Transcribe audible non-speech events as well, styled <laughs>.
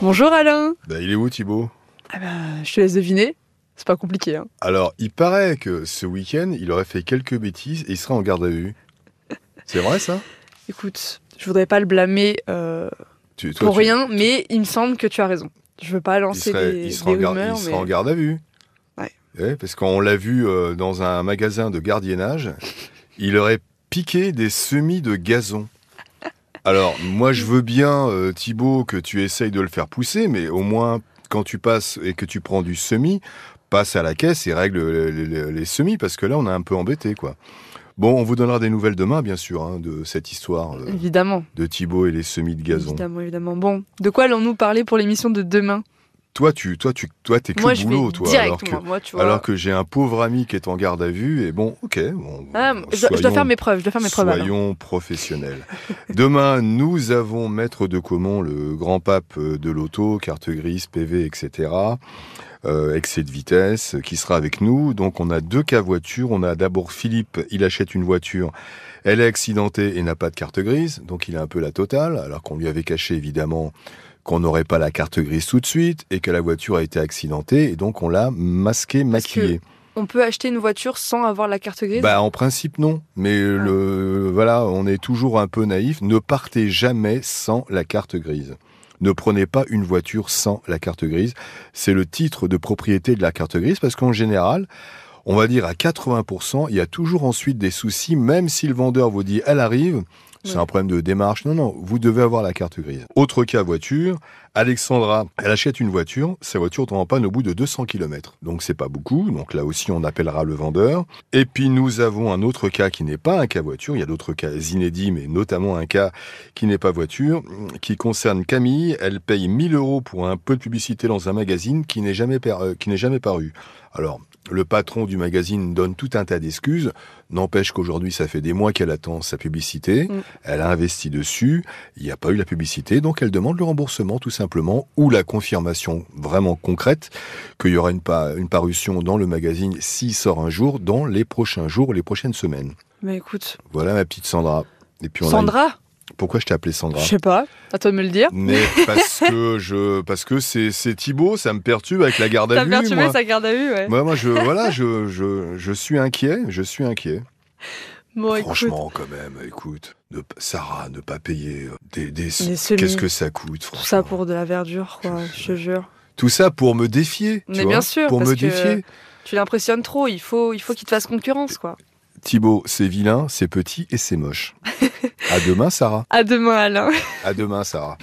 Bonjour Alain. Ben, il est où Thibaut Ah ben, je te laisse deviner. C'est pas compliqué. Hein. Alors, il paraît que ce week-end, il aurait fait quelques bêtises et il sera en garde à vue. C'est vrai ça Écoute, je voudrais pas le blâmer euh, tu, toi, pour tu- rien, mais il me semble que tu as raison. Je veux pas Il lancer sera, des, il sera en, des garde, rumeurs, il sera mais en garde à vue. Ouais. Ouais, parce qu'on l'a vu euh, dans un magasin de <laughs> gardiennage, il aurait piqué des semis de gazon. Alors, moi, je veux bien, euh, Thibaut, que tu essayes de le faire pousser, mais au moins, quand tu passes et que tu prends du semis, passe à la caisse et règle le- le- le- les semis, parce que là, on est un peu embêté, quoi. Bon, on vous donnera des nouvelles demain, bien sûr, hein, de cette histoire euh, évidemment, de Thibaut et les semis de gazon. évidemment, évidemment. Bon, de quoi allons-nous parler pour l'émission de demain Toi, tu, toi, tu, toi, t'es que Moi, je boulot, vais toi. direct. alors que- moi, moi, tu vois. Alors que j'ai un pauvre ami qui est en garde à vue, et bon, ok. Bon, Ah, je, dois- je dois soyons- faire mes preuves. Je dois faire mes preuves. Alain. Soyons professionnels. Demain, nous avons Maître de Comont, le grand pape euh, de l'auto, carte grise, PV, etc. euh, excès de vitesse, qui sera avec nous. Donc, on a deux cas voitures. On a d'abord Philippe, il achète une voiture. Elle est accidentée et n'a pas de carte grise, donc il a un peu la totale, alors qu'on lui avait caché évidemment qu'on n'aurait pas la carte grise tout de suite et que la voiture a été accidentée, et donc on l'a masquée, que- maquillée. On peut acheter une voiture sans avoir la carte grise. Bah, en principe, non. Mais le, voilà, on est toujours un peu naïf. Ne partez jamais sans la carte grise. Ne prenez pas une voiture sans la carte grise. C'est le titre de propriété de la carte grise parce qu'en général, on va dire à 80%, il y a toujours ensuite des soucis, même si le vendeur vous dit elle arrive. C'est Ouais. un problème de démarche. Non, non, vous devez avoir la carte grise. Autre cas voiture, Alexandra, elle achète une voiture, sa voiture tombe en panne au bout de 200 km. Donc c'est pas beaucoup, donc là aussi on appellera le vendeur. Et puis nous avons un autre cas qui n'est pas un cas voiture, il y a d'autres cas inédits, mais notamment un cas qui n'est pas voiture, qui concerne Camille. Elle paye 1000 euros pour un peu de publicité dans un magazine qui n'est jamais, par- euh, qui n'est jamais paru. Alors, le patron du magazine donne tout un tas d'excuses. N'empêche qu'aujourd'hui, ça fait des mois qu'elle attend sa publicité. Mm. Elle a investi dessus. Il n'y a pas eu la publicité. Donc, elle demande le remboursement, tout simplement, ou la confirmation vraiment concrète qu'il y aura une, pa- une parution dans le magazine s'il sort un jour, dans les prochains jours, les prochaines semaines. Mais écoute, Voilà ma petite Sandra. Et puis on a- Sandra, Pourquoi je t'ai appelée Sandra je sais pas. À toi de me le dire. mais <laughs> parce que je parce que c'est c'est Thibaut, ça me perturbe avec la garde à T'as vue. perturbé moi. sa garde à vue, ouais. Moi, moi, je, voilà, je, je, je suis inquiet, je suis inquiet. Bon, écoute, Franchement, quand même, écoute, ne p- Sarah, ne pas payer euh, des, des sous. Les semis. Qu'est-ce que ça coûte, Tout ça franchement pour de la verdure, quoi, je te jure. Tout ça pour me défier, tu Mais vois, bien sûr, pour parce me que- défier. Tu l'impressionnes trop, il faut, il faut qu'il te fasse concurrence, quoi. Thibaut, c'est vilain, c'est petit et c'est moche. à demain, Sarah. À demain, Alain. À demain, Sarah.